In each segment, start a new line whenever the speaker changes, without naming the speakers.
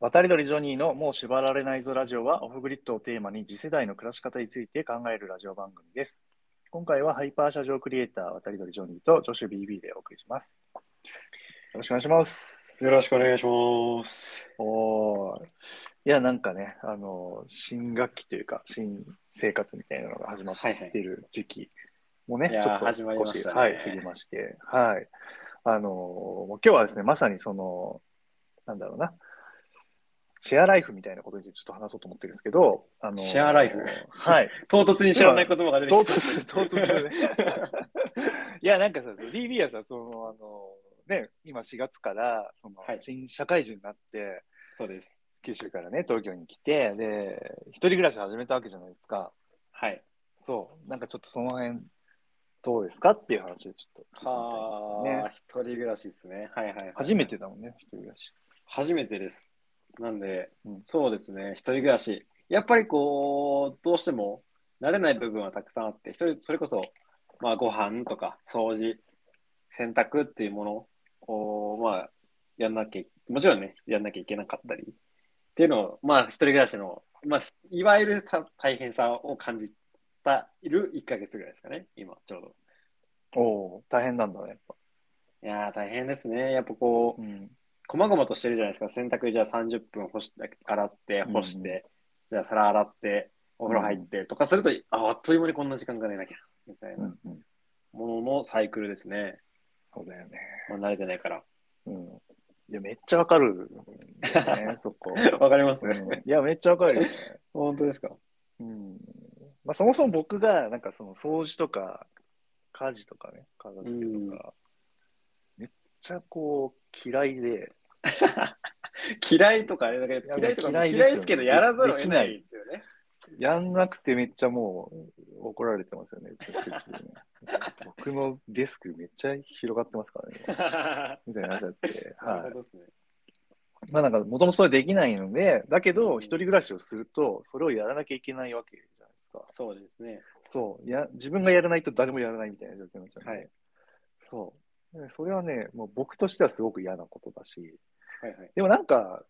渡り鳥ジョニーのもう縛られないぞラジオはオフグリッドをテーマに次世代の暮らし方について考えるラジオ番組です。今回はハイパー車上クリエイター渡り鳥ジョニーと助手 BB でお送りします。よろしくお願いします。
よろしくお願いします。
おーいや、なんかね、あの、新学期というか、新生活みたいなのが始まっ
はいはい
っ。てる時期もね、
いやー
ちょっと
始まり
少
ま
し、
したね
はい、過ぎまして、はい。あのーもう今日はですね、まさにその、なんだろうな、シェアライフみたいなことについてちょっと話そうと思ってるんですけど、あのー
シェアライフ
はい。
唐突に知らない言葉が出て
唐
きた。
突、唐突だね。 いや、なんかさ、DB はさ、その、あのーね、今4月から、その、
はい
新社会人になって、
そうです。
九州からね、東京に来て、で、一人暮らし始めたわけじゃないですか。
はい。
そう、なんかちょっとその辺、どうですかっていう話をちょっと聞いてみ
は
たいです
あ、
ね。
一人暮らしですね。はいはいはい。
初めてだもんね、一人暮らし。
初めてです。なんで、
うん
そうですね。一人暮らし。やっぱりこう、どうしても慣れない部分はたくさんあって、一人、それこそ、まあ、ご飯とか掃除、洗濯っていうものを、まあ、やんなきゃ、もちろんね、やんなきゃいけなかったり、っていうのを、まあ、一人暮らしの、まあ、いわゆるた大変さを感じたいる1ヶ月ぐらいですかね、今、ちょうど。
おおー、大変なんだね、やっぱ。
いやー、大変ですね。やっぱこう、
うん。
こまごまとしてるじゃないですか。洗濯じゃあ30分干し洗って、干して、じゃあ皿洗って、お風呂入ってとかすると、ああっという間にこんな時間が寝なきゃ、みたいうなん
うん、
もののサイクルですね。
そうだよね。
まあ、慣れてないから。
うん。いや、めっちゃわかるんだよね、そこ。
わかりま
う
す
ん、いや、めっちゃわかるよね。
本当ですか
うん。まあ、そもそも僕が、なんかその掃除とか、家事とかね、片付けとか、めっちゃこう、嫌いで、
嫌いとかあれだけど、
いや
嫌いとか
嫌
嫌
い
い
ですよ
ですけど、やらざるを得ないですよね。
やんなくてめっちゃもう怒られてますよね、直接ね僕のデスクめっちゃ広がってますからね、 みたいな話だって。
な
は
るほどですね。
い、まあなんか、もともとそれできないので、だけ
う
ど、
ん
一人暮らしをすると、それをやらなきゃいけないわけじゃないですか。
そうですね。
そう。や自分がやらないと誰もやらないみたいな状況になっちゃうので、
はい
そう。でそれはね、もう僕としてはすごく嫌なことだし、
はいはい。
でもなんか、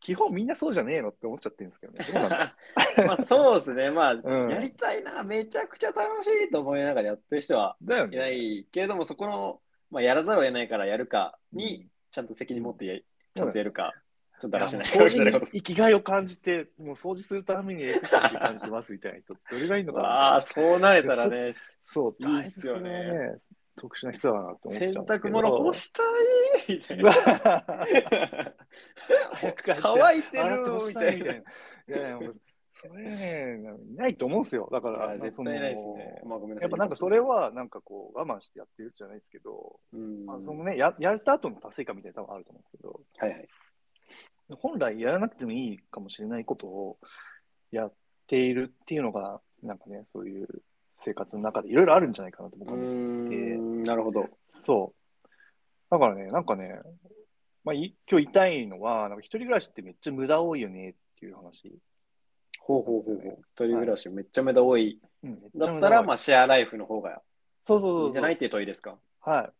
基本みんなそうじゃねえのって思っちゃってるんですけどね。どうなんだろう
まあそうですね。まあ、
うん
やりたいな、めちゃくちゃ楽しいと思いながらやってる人は
だよ
い
ね。
ないけれども、そこの、まあ、やらざるを得ないからやるかに、
うん
ちゃんと責任持ってやちゃんとやるか、ちょっとだらしない
いやもう
か
掃除
みたいなこと
に生きがいを感じて、もう掃除するためにエクササイズ感じてますみたいな人、どれがいいのか
ああ、
な。
そうなれたらね、
そう、
いいっすよね
だいぶそれはね。特殊な人だなと思っちゃう
洗
んですけど。
濯物干したいみたいう
わ
な。
早く乾いて
乾いてる
洗って干
み
した
た
い
い
みた
な。
いな。いやいや、もうそれね、いないと思うんですよ。だか
あ
ら、
ー絶
その
対ないですね。まあごめんなさ
やっ
い。
ぱなんかそれ、は、なんかこう、我慢してやってるじゃないですけど、
うん、
まあ、そ
は
のねや、やった後の達成感みたいなの多分あると思うんですけど、
いはい。
本来やらなくてもいいかもしれないことをやっているっていうのが、なんかね、そういう生活の中でいろいろあるんじゃないかなと
う
僕
ー
は思う。
ん、なるほど。
そう。だからね、なんかね、まあ、い今日言いたいのは、なんか一人暮らしってめっちゃ無駄多いよねっていう話。
ほうほうほうほう。一人暮らしめっちゃ目だ多い。
うん、めっち
だ
ゃ無駄多い
ったら、まあシェアライフの方が
そうそう
い
そ
いん
う
じ
そ
ゃ
う
ないっていう問いですか。
は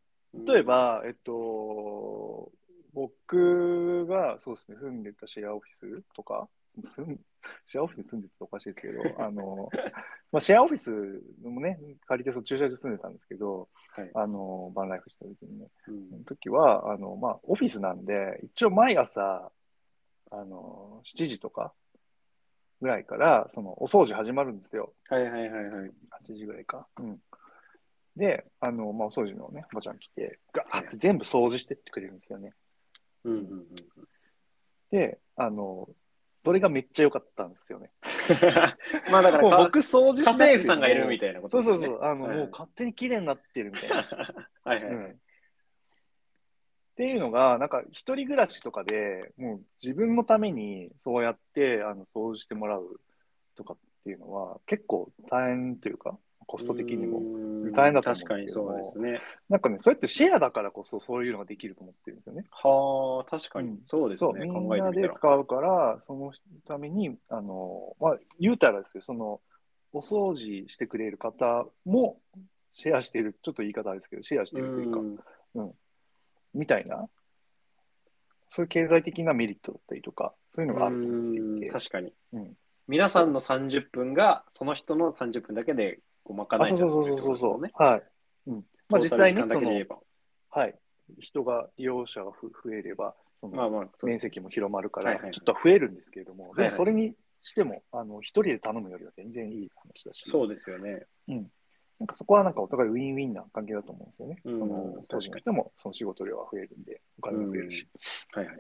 い。例え、ば、えっと、僕がそうですね、住んでたシェアオフィスとか、住んシェアオフィスに住んでたっておかしいですけど、あの、まあ、シェアオフィスもね、借りてそう駐車場住んでたんですけど、
はい
あの、バンライフした時にね、
うん
その時は、あの、まあ、オフィスなんで、一応毎朝、あの、7時とかぐらいから、その、お掃除始まるんですよ。
はいはいはいはい。
8時ぐらいか。うん。で、あの、まあ、お掃除のね、おばちゃん来て、ガーって全部掃除してってくれるんですよね。
うんうん うん。
で、あの、それがめっちゃ良かったんですよね。
まあだから
もう
か、
僕掃除し
家
なくて
政婦さんがいるみたいなこと
そう
です
そ
ね。
うそう。あの、
はい
もう勝手に綺麗になってるみたい な。
はいは
う
い
ん
は
っ
い。
ていうのが、なんか、一人暮らしとかでもう自分のためにそうやって、あの、掃除してもらうとかっていうのは、結構大変というか、コスト的にも
も
大変だと思う
確か
んで
に
すけど
そ
も
うですね。
なんかね、そうやってシェアだからこそそういうのができると思ってるんですよね。
はあ、確か
うん
に。そうです
そう、
ね。
みん
考えて
な
みた
で
ら。
使うから、そのために、あの、まあ、言うたらですよ、その、お掃除してくれる方もシェアしてる、ちょっと言い方あれですけど、シェアしてるというか、
うん
みたいな、そういう経済的なメリットだったりとか、そういうのがあると思っていて。
確かに、
うん
皆さんの30分が、その人の30分だけでごまか
あ、
ない
そうそうそうそうそう。
ね。
はい。うん。まあ
ト
実
ータル
際に
時間だ
そ
けで
の
言え、ば。
はい。人が、利用者がふ増えれば、その、
まあまあ、そうで
面
す
積も広まるか
は
ら、
いはいはい
ちょっとは増えるんですけれども、
はいは
で
い
もそれにしても、あの、一人で頼むよりは全然いい話だし、
そうですよね。
なんかそこはなんかお互いウィンウィンな関係だと思うんですよね。
うん
そ
うん
の、当時の人もその仕事量は増えるんで、お金も増えるし。
うはいはい。
っ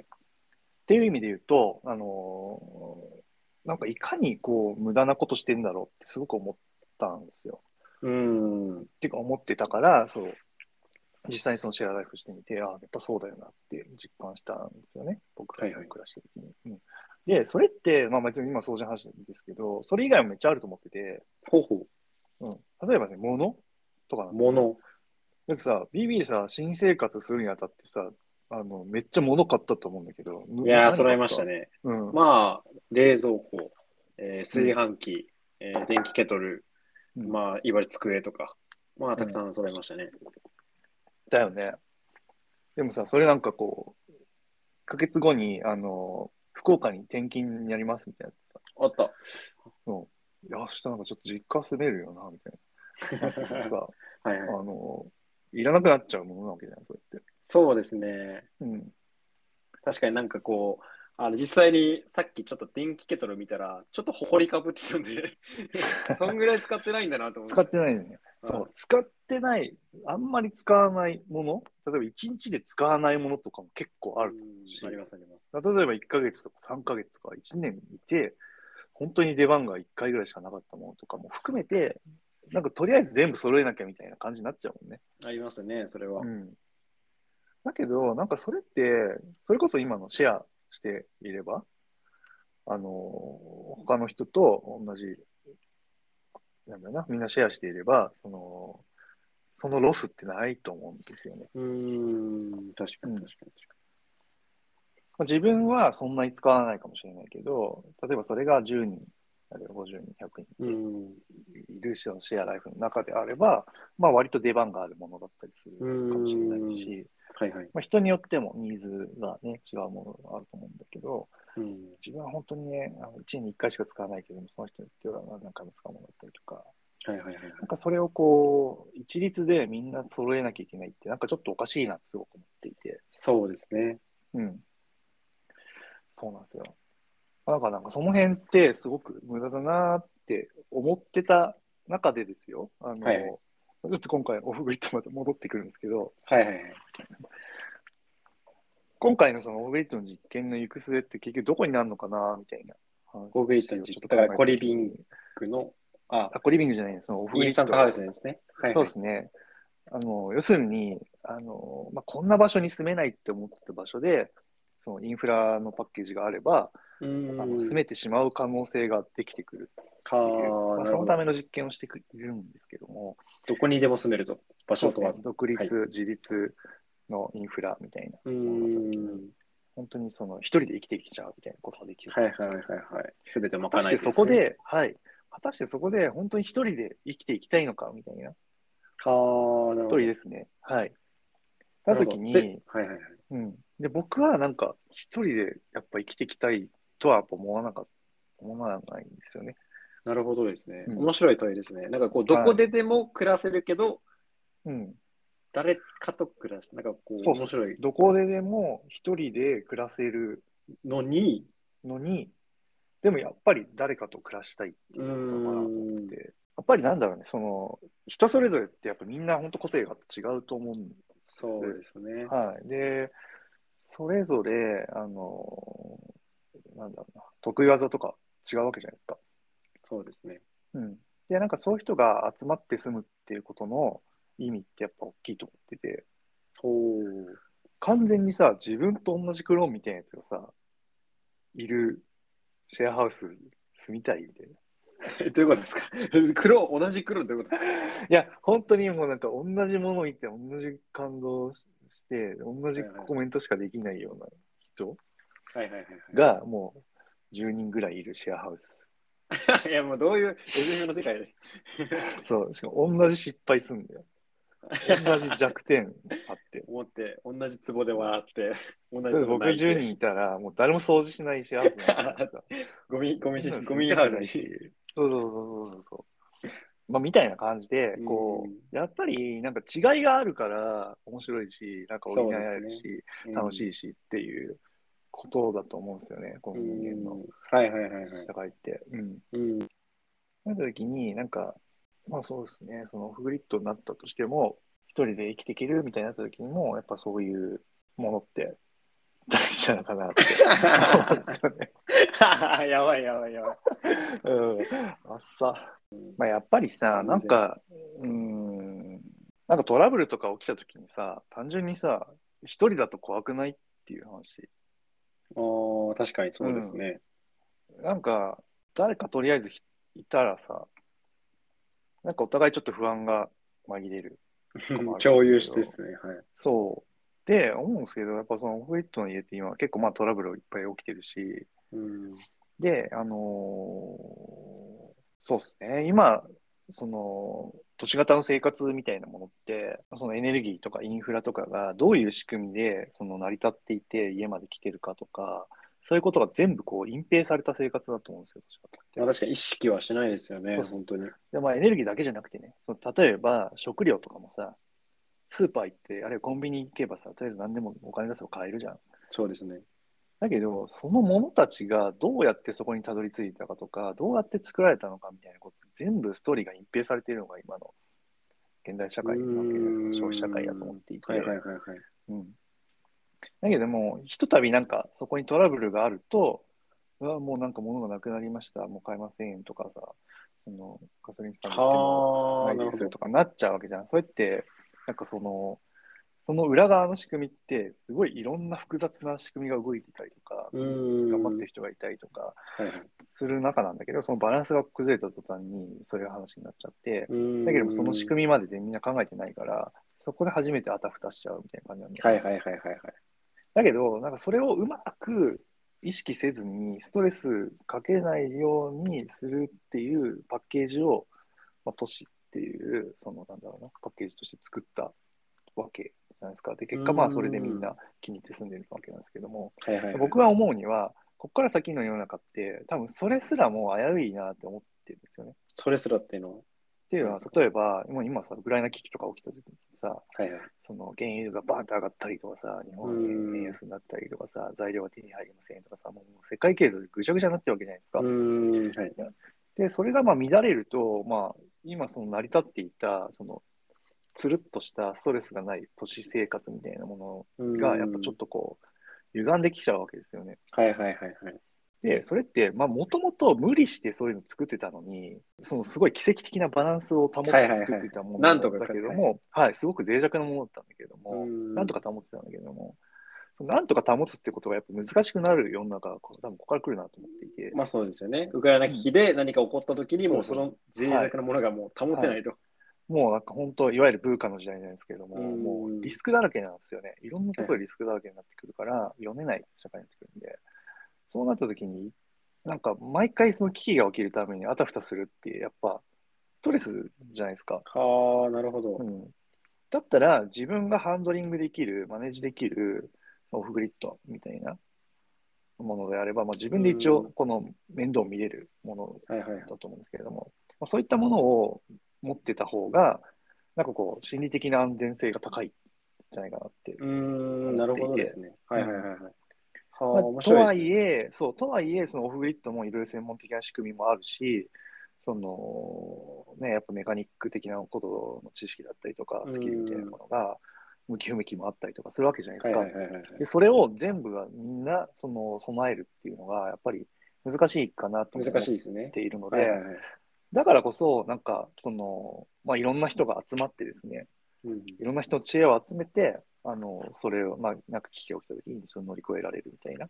ていう意味で言うと、あのーなんかいかにこう無駄なことしてんだろうってすごく思ったんですよ。
うん。
っていうか思ってたから、そう、実際にそのシェアライフしてみて、ああ、やっぱそうだよなって実感したんですよね、僕が
はい
そ
はい
の暮らした時に。うん、で、それって、まあ別に今そうじゃ話ですけど、それ以外もめっちゃあると思ってて、
方法、
うん、例えばね、物とかなんですよ
もの。
だってさ、BB さ、新生活するにあたってさ、あのめっちゃ物買ったと思うんだけど、
いやー、揃いました
ね。
ね。
うん、
まあ、冷蔵庫、えー炊飯器、えー電気ケトル、
うん
まあ、いわゆる机とか。まあ、たくさん揃いましたね。
だよね。でもさ、それなんかこう、1ヶ月後に、あの、福岡に転勤になりますみたいなってさ、
あった。
いや、明日なんかちょっと実家住めるよな、みたいな。なんて いうのさ、
はい
あ
はい。
の、いらなくなっちゃうものなわけじゃない、それって。
そうですね。
うん。
確かになんかこう、あの実際にさっきちょっと電気ケトル見たら、ちょっとほこりかぶってた んで、そんぐらい使ってないんだなと思って。
使ってないよね。そう、使ってない、あんまり使わないもの、例えば1日で使わないものとかも結構あ
あ
る。
ありますあります。
例えば1ヶ月とか3ヶ月とか1年いて、本当に出番が1回ぐらいしかなかったものとかも含めて、なんかとりあえず全部揃えなきゃみたいな感じになっちゃうもんね。
ありますね、それは。
うん、だけど、なんかそれって、それこそ今のシェアしていれば、あのー他の人と同じ、なんだろうな、みんなシェアしていれば、その、そのロスってないと思うんですよね。
うーん、確かに確かに確か
まあ自分はそんなに使わないかもしれないけど、例えばそれが10人、あるいは50人、100人
に。うん
いる人のシェアライフの中であれば、まあ割と出番があるものだったりするかもしれないし、
はいはい。
まあ、人によってもニーズがね、違うものがあると思うんだけど、
うん、
自分は本当にね、あの1年に1回しか使わないけども、その人によっては何回も使うものだったりとか、
はいはいはいはい。
なんかそれをこう、一律でみんな揃えなきゃいけないって、なんかちょっとおかしいなってすごく思っていて。
そうですね。
うん。そうなんですよ。なんか、なんかその辺ってすごく無駄だなーって思ってた中でですよ。あの、
はいはい
ちょっと今回オフグリッドまた戻ってくるんですけど、
はいはいはい。
今回のそのオフグリッドの実験の行く末って結局どこになるのかなーみたいな話をちょっと考えた時に。
オフグリッドの実験だからコリビング僕の、あ、
あ、コリビングじゃないです。そのオフグ
イ
リ
ン
ッ
スタ
ド
ントハウスですね。はい、はい。
そうですね。あの要するにあの、まあ、こんな場所に住めないって思ってた場所で、そのインフラのパッケージがあれば、
う
あ
ん。
の住めてしまう可能性ができてくる
か
っていうまあ、
なる
その
ほ
た
ど。
めの実験をしてくいるんですけども、
どこにでも住めると。場所を
そう
問
で
わ
すね
ず。
独立、
は
自立のインフラみたいな、
うーん。
本当にその一人で生きてきちゃうみたいなことができる。
はいはいはいはい。すべてま
果
か
た
な
して
いすね
そこ。で、はい、果たしてそこで本当に一人で生きていきたいのかみたいな、
あー、なる
一
ほど。
人ですね。はい。た時に、
なるほどではいはいはい。
うん、で僕はなんか一人でやっぱ生きていきたいとはやっぱ思わなかった。思わないんですよね。
なるほどですね。
うん
面白い問いですね。なんかこう、どこででも暮らせるけど、
うん。
誰かと暮らす。なんかこう、
そうそう
面白い
どこででも一人で暮らせる
のに、
のに、でもやっぱり誰かと暮らしたいっていうことかなと思ってて、やっぱりなんだろうね、その人それぞれってやっぱみんな本当個性が違うと思うんで、
そうですね。
はい、で、それぞれ、あの、なんだろうな、得意技とか違うわけじゃないですか。
そうですね。
うん。で、なんかそういう人が集まって住むっていうことの意味ってやっぱ大きいと思ってて、
おー
完全にさ、自分と同じクローンみたいなやつがさ、いるシェアハウス住みたいみたいな。
えどういうことですか 黒、同じ黒どういうことですか
いや、本当にもうなんか同じものを見て、同じ感動しして、同じコメントしかできないような人
はいはいはい
がもう10人ぐらいいるシェアハウス。
はい。いやもうどういう SF の世界で。
そう、しかも同じ失敗すんだよ。同じ弱点あ って。
思って、同じツボで笑って、同じツボ
僕
泣いて
10人いたら、もう誰も掃除しないし、アウトなんです か。
ゴミ、ゴミ
そ
し
んな、の
ゴミハウスに。
そうそうそうそうそう。まあ、みたいな感じで、こ
うん
う、やっぱりなんか違いがあるから面白いし、なんか補い合える
そう
し、 楽しいしっていうことだと思うんですよね、こ
う
の
ん。
人間の
はいはいはいはい。
社会って。うん。
うん。
なった時に、なんか、まあそうですね、そのオフグリッドになったとしても、一人で生きていけるみたいになった時にも、やっぱそういうものって大事なのかなって思うんですよね。
やばいやばいやばい。
うん。あっさ。まあやっぱりさ、なんか、うん、なんかトラブルとか起きた時にさ、単純にさ、一人だと怖くないっていう話。
ああ、確かにそうですね。
なんか、誰かとりあえずひいたらさ、なんかお互いちょっと不安が紛れる。うん
共有してですね。はい。
そう。で、思うんですけど、やっぱそのオフリットの家って今結構まあトラブルいっぱい起きてるし、
うん。
で、あのーそうですね、今、その、都市型の生活みたいなものって、そのエネルギーとかインフラとかがどういう仕組みでその成り立っていて家まで来てるかとか、そういうことが全部こう隠蔽された生活だと思うんですよ、どちらかというと
まあ確かに意識はしてないですよね、
そうっす
本当に。
で、まあ、エネルギーだけじゃなくてね、その例えば食料とかもさ、スーパー行って、あるいはコンビニ行けばさ、とりあえず何でもお金出せば買えるじゃん。
そうですね。
だけど、そのものたちがどうやってそこにたどり着いたかとか、どうやって作られたのかみたいなこと、全部ストーリーが隠蔽されているのが今の現代社会なわけですよ
うーん
消費社会だと思っていて。
はいはいはいはい。
うん、だけども、ひとたびなんかそこにトラブルがあると、うわもうなんか物がなくなりました、もう買えませんとかさ、そのガソリンスタンド行っても
はあ、
ない
な
で
るほ
す
ど
よ。とかなっちゃうわけじゃん。それって、なんかその、その裏側の仕組みって、すごいいろんな複雑な仕組みが動いていたりとか、
うん。
頑張ってる人がいたりとか
はいはい
する中なんだけど、そのバランスが崩れた途端にそういう話になっちゃって、
うん。
だけどもその仕組みまででみんな考えてないから、そこで初めてあたふたしちゃうみたいな感じなんだよ
は
ね
いはいはいはいはい。
だけど、なんかそれをうまく意識せずに、ストレスかけないようにするっていうパッケージを、まあ、都市っていう、そのなんだろうな、パッケージとして作ったわけじゃないですか。で、結果、ま
う
あ、
ん
それでみんな気に入って住んでるわけなんですけども、
はいはいはい、
僕が思うには、ここから先の世の中って、多分それすらもう危ういなって思ってるんですよね。っ
それすらっていうのは、
ていうのは、例えば、もう今さ、ウクライナ危機とか起きた時にさ、
はいはい。
その原油がバーンと上がったりとかさ、日本
うん
円安になったりとかさ、材料が手に入りませんとかさ、もう世界経済ぐちゃぐちゃになってるわけじゃないですか。
うん、はい。
で、それがまあ乱れると、まあ、今その成り立っていた、その、つるっとしたストレスがない都市生活みたいなものが、やっぱちょっとこう、歪んできちゃうわけですよね。
と。はいはいはいはい。
で、それって、まあ、もともと無理してそういうの作ってたのに、そのすごい奇跡的なバランスを保って
はいはいはい
作っていたも
な
の
ん
だ
と
っ
か
たけども、はい、すごく脆弱なものだったんだけども、なんと
か。
か保ってたんだけども、そのなんとか保つってことがやっぱ難しくなる世の中がこう多分ここから来るなと思っていて、
まあそうですよね。ウクライナ危機で何か起こった時に、もう
そ
そう
そう
の脆弱なものがもう保てないと。
もうなんか本当、いわゆるブーカの時代じゃないですけども、
うん
もうリスクだらけなんですよね。いろんなところでリスクだらけになってくるから、読めない社会になってくるんで、そうなった時に、なんか毎回その危機が起きるためにあたふたするって、やっぱストレスじゃないですか。
はあ、なるほど
う。ん、だったら自分がハンドリングできる、マネージできる、そのオフグリッドみたいなものであれば、まあ、自分で一応
うん
この面倒を見れるもの
はいはいはい
だ。と思うんですけれども、まあ、そういったものを持ってた方が、なんかこう、心理的な安全性が高いんじゃないかなって。
うーん、なるほどですね。はいはいはいはい。はあ、
まあ
面
と
白いで
は
すね。
いえ、そう、とはいえ、そのオフグリッドもいろいろ専門的な仕組みもあるし、その、ね、やっぱメカニック的なことの知識だったりとか、
うん
スキルみたいなものが、向き不向きもあったりとかするわけじゃないで
は
す
い
か。
はいはいはい。
でそれを全部がみんな、その、備えるっていうのが、やっぱり難しいかなと思
難しい
っ
ですね。
ているので、
はいはいはい。
だからこそ、なんか、その、まあ、いろんな人が集まってですね、
うん
いろんな人の知恵を集めて、あの、それを、まあ、なんか危機が起きた時に、それを乗り越えられるみたいな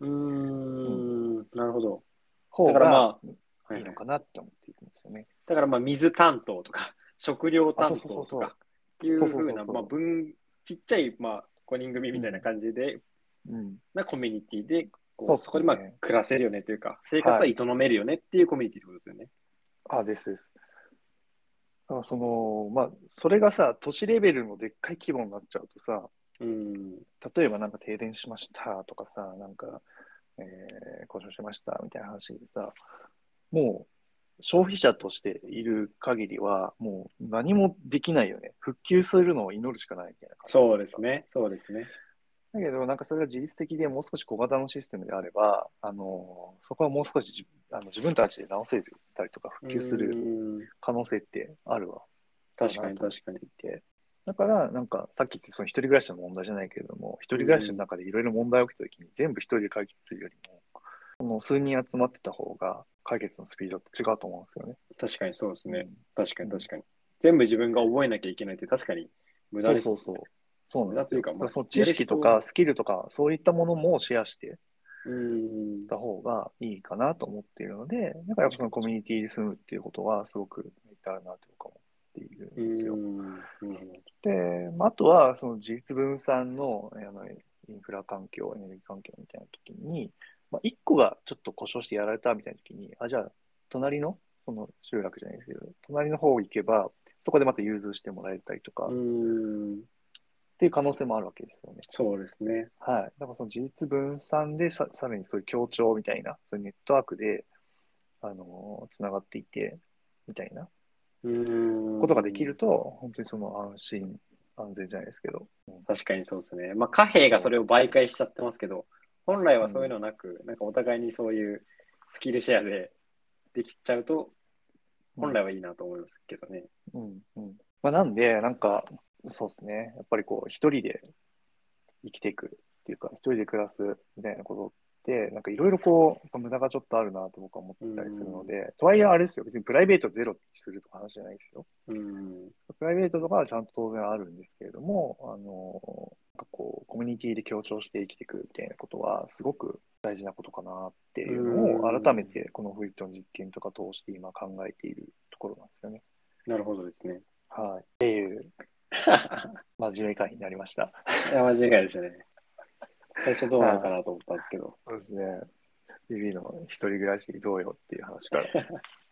うーん、なるほど。
方
だから
が
まはい
いのかなって思っているんですよね。
だからまあ水担当とか 食料担
あそうそう
当
そ
と
うそ
かいう
そうそ
ふ
うそう
う
そ
な
う
まあ分ちっちゃいまあ5人組みたいな感じで、
うん。
なコミュニティでこう
そうっすね
そこでまあ暮らせるよねというか生活は営めるよねっていうコミュニティってことですよね。
あ、ですです。だからその、まあ、それがさ、都市レベルのでっかい規模になっちゃうとさ、
うん。
例えばなんか停電しましたとかさ、なんか、えー故障しましたみたいな話でさ、もう消費者としている限りは、もう何もできないよね。復旧するのを祈るしかないみたいな感じ。
そうですね。そうですね。
だけど、なんかそれが自律的でもう少し小型のシステムであれば、あのそこはもう少しじあの自分たちで直せたりとか復旧す
う
る
ん。
可能性ってあるわ。
確かに確かに。
って。だから、なんか、さっき言って、その一人暮らしの問題じゃないけれども、一人暮らしの中でいろいろ問題が起きたときに、全部一人で解決するよりも、この数人集まってた方が、解決のスピードって違うと思うんですよね。
確かにそうですね。確かに確かに。全部自分が覚えなきゃいけないって確かに無駄
そう
です
そうそう。そうなんです
無駄とい
よ。
うかま
だ
あ
からその知識と
やる
か、
人
スキルとか、そういったものもシェアして
うん
た方がいいかなと思っているので、だからやっぱそのコミュニティで住むっていうことは、すごくメリットあるなと僕は思っている
うん
ですよ。
んなるほど
で、まあ、あとは、その自立分散のあのインフラ環境、エネルギー環境みたいな時に、まあ、1個がちょっと故障してやられたみたいな時に、あ、じゃあ、隣の、その集落じゃないですけど、隣の方行けば、そこでまた融通してもらえたりとか、
う
っ
ん。
ていう可能性もあるわけですよね。
そうですね。
はい。だからその自立分散でさ、さらにそういう協調みたいな、そういうネットワークで、あのつながっていて、みたいな
うん。
ことができると、本当にその安心、安全じゃないですけど、うん
確かにそうですね。まあ、貨幣がそれを媒介しちゃってますけど、本来はそういうのなく、なんかお互いにそういうスキルシェアでできちゃうと、本来はいいなと思いますけどね。
うんうんまあ、なんで、なんか、そうですね、やっぱりこう、一人で生きていくっていうか、一人で暮らすみたいなことって、なんかいろいろこう、無駄がちょっとあるなと僕は思ってたりするので、とはいえあれですよ、別にプライベートゼロにするとか話じゃないですよ。
うん。
プライベートとかはちゃんと当然あるんですけれども、あの、なんかこう、コミュニティで協調して生きていくみたいなことは、すごく大事なことかなっていうの
う
を、
ん
改めてこのフリットの実験とか通して今考えているところなんですよね。
なるほど ですね。
はい。っていう真面目会になりました。
いや、間違いでしたね。最初どうなのかなと思ったんですけど。
そうですね。ビビの一人暮らしどうよっていう話から。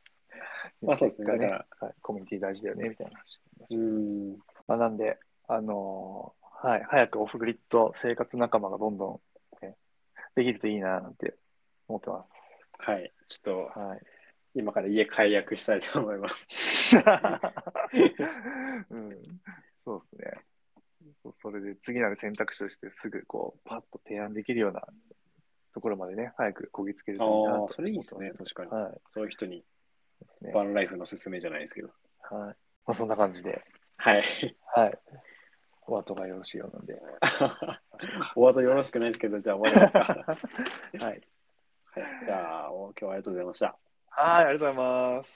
まあそうですね
結果
だ
はい、コミュニティ大事だよねみたいな話になりまし
うん。
た。まあ、なんで、あのーはい、早くオフグリッド生活仲間がどんどん、ね、できるといいななんて思ってま
はい。ちょっ
す。
と、
はい。
今から家解約したいと思います。
うん、そうですね。そうそれで次なる選択肢としてすぐこうパッと提案できるようなところまでね、早くこぎつけるといいなと思ってます。
それいいですね。確かに。
はい。
そういう人に、
ですね。
バンライフのすすめじゃないですけど。
はい。まあそんな感じで、
はい。
はい。お後がよろしいようなので。
お後よろしくないですけど、じゃあ終わりますか。
はい。
はい、じゃあ、今日はありがとうございました。
はい、ありがとうございます。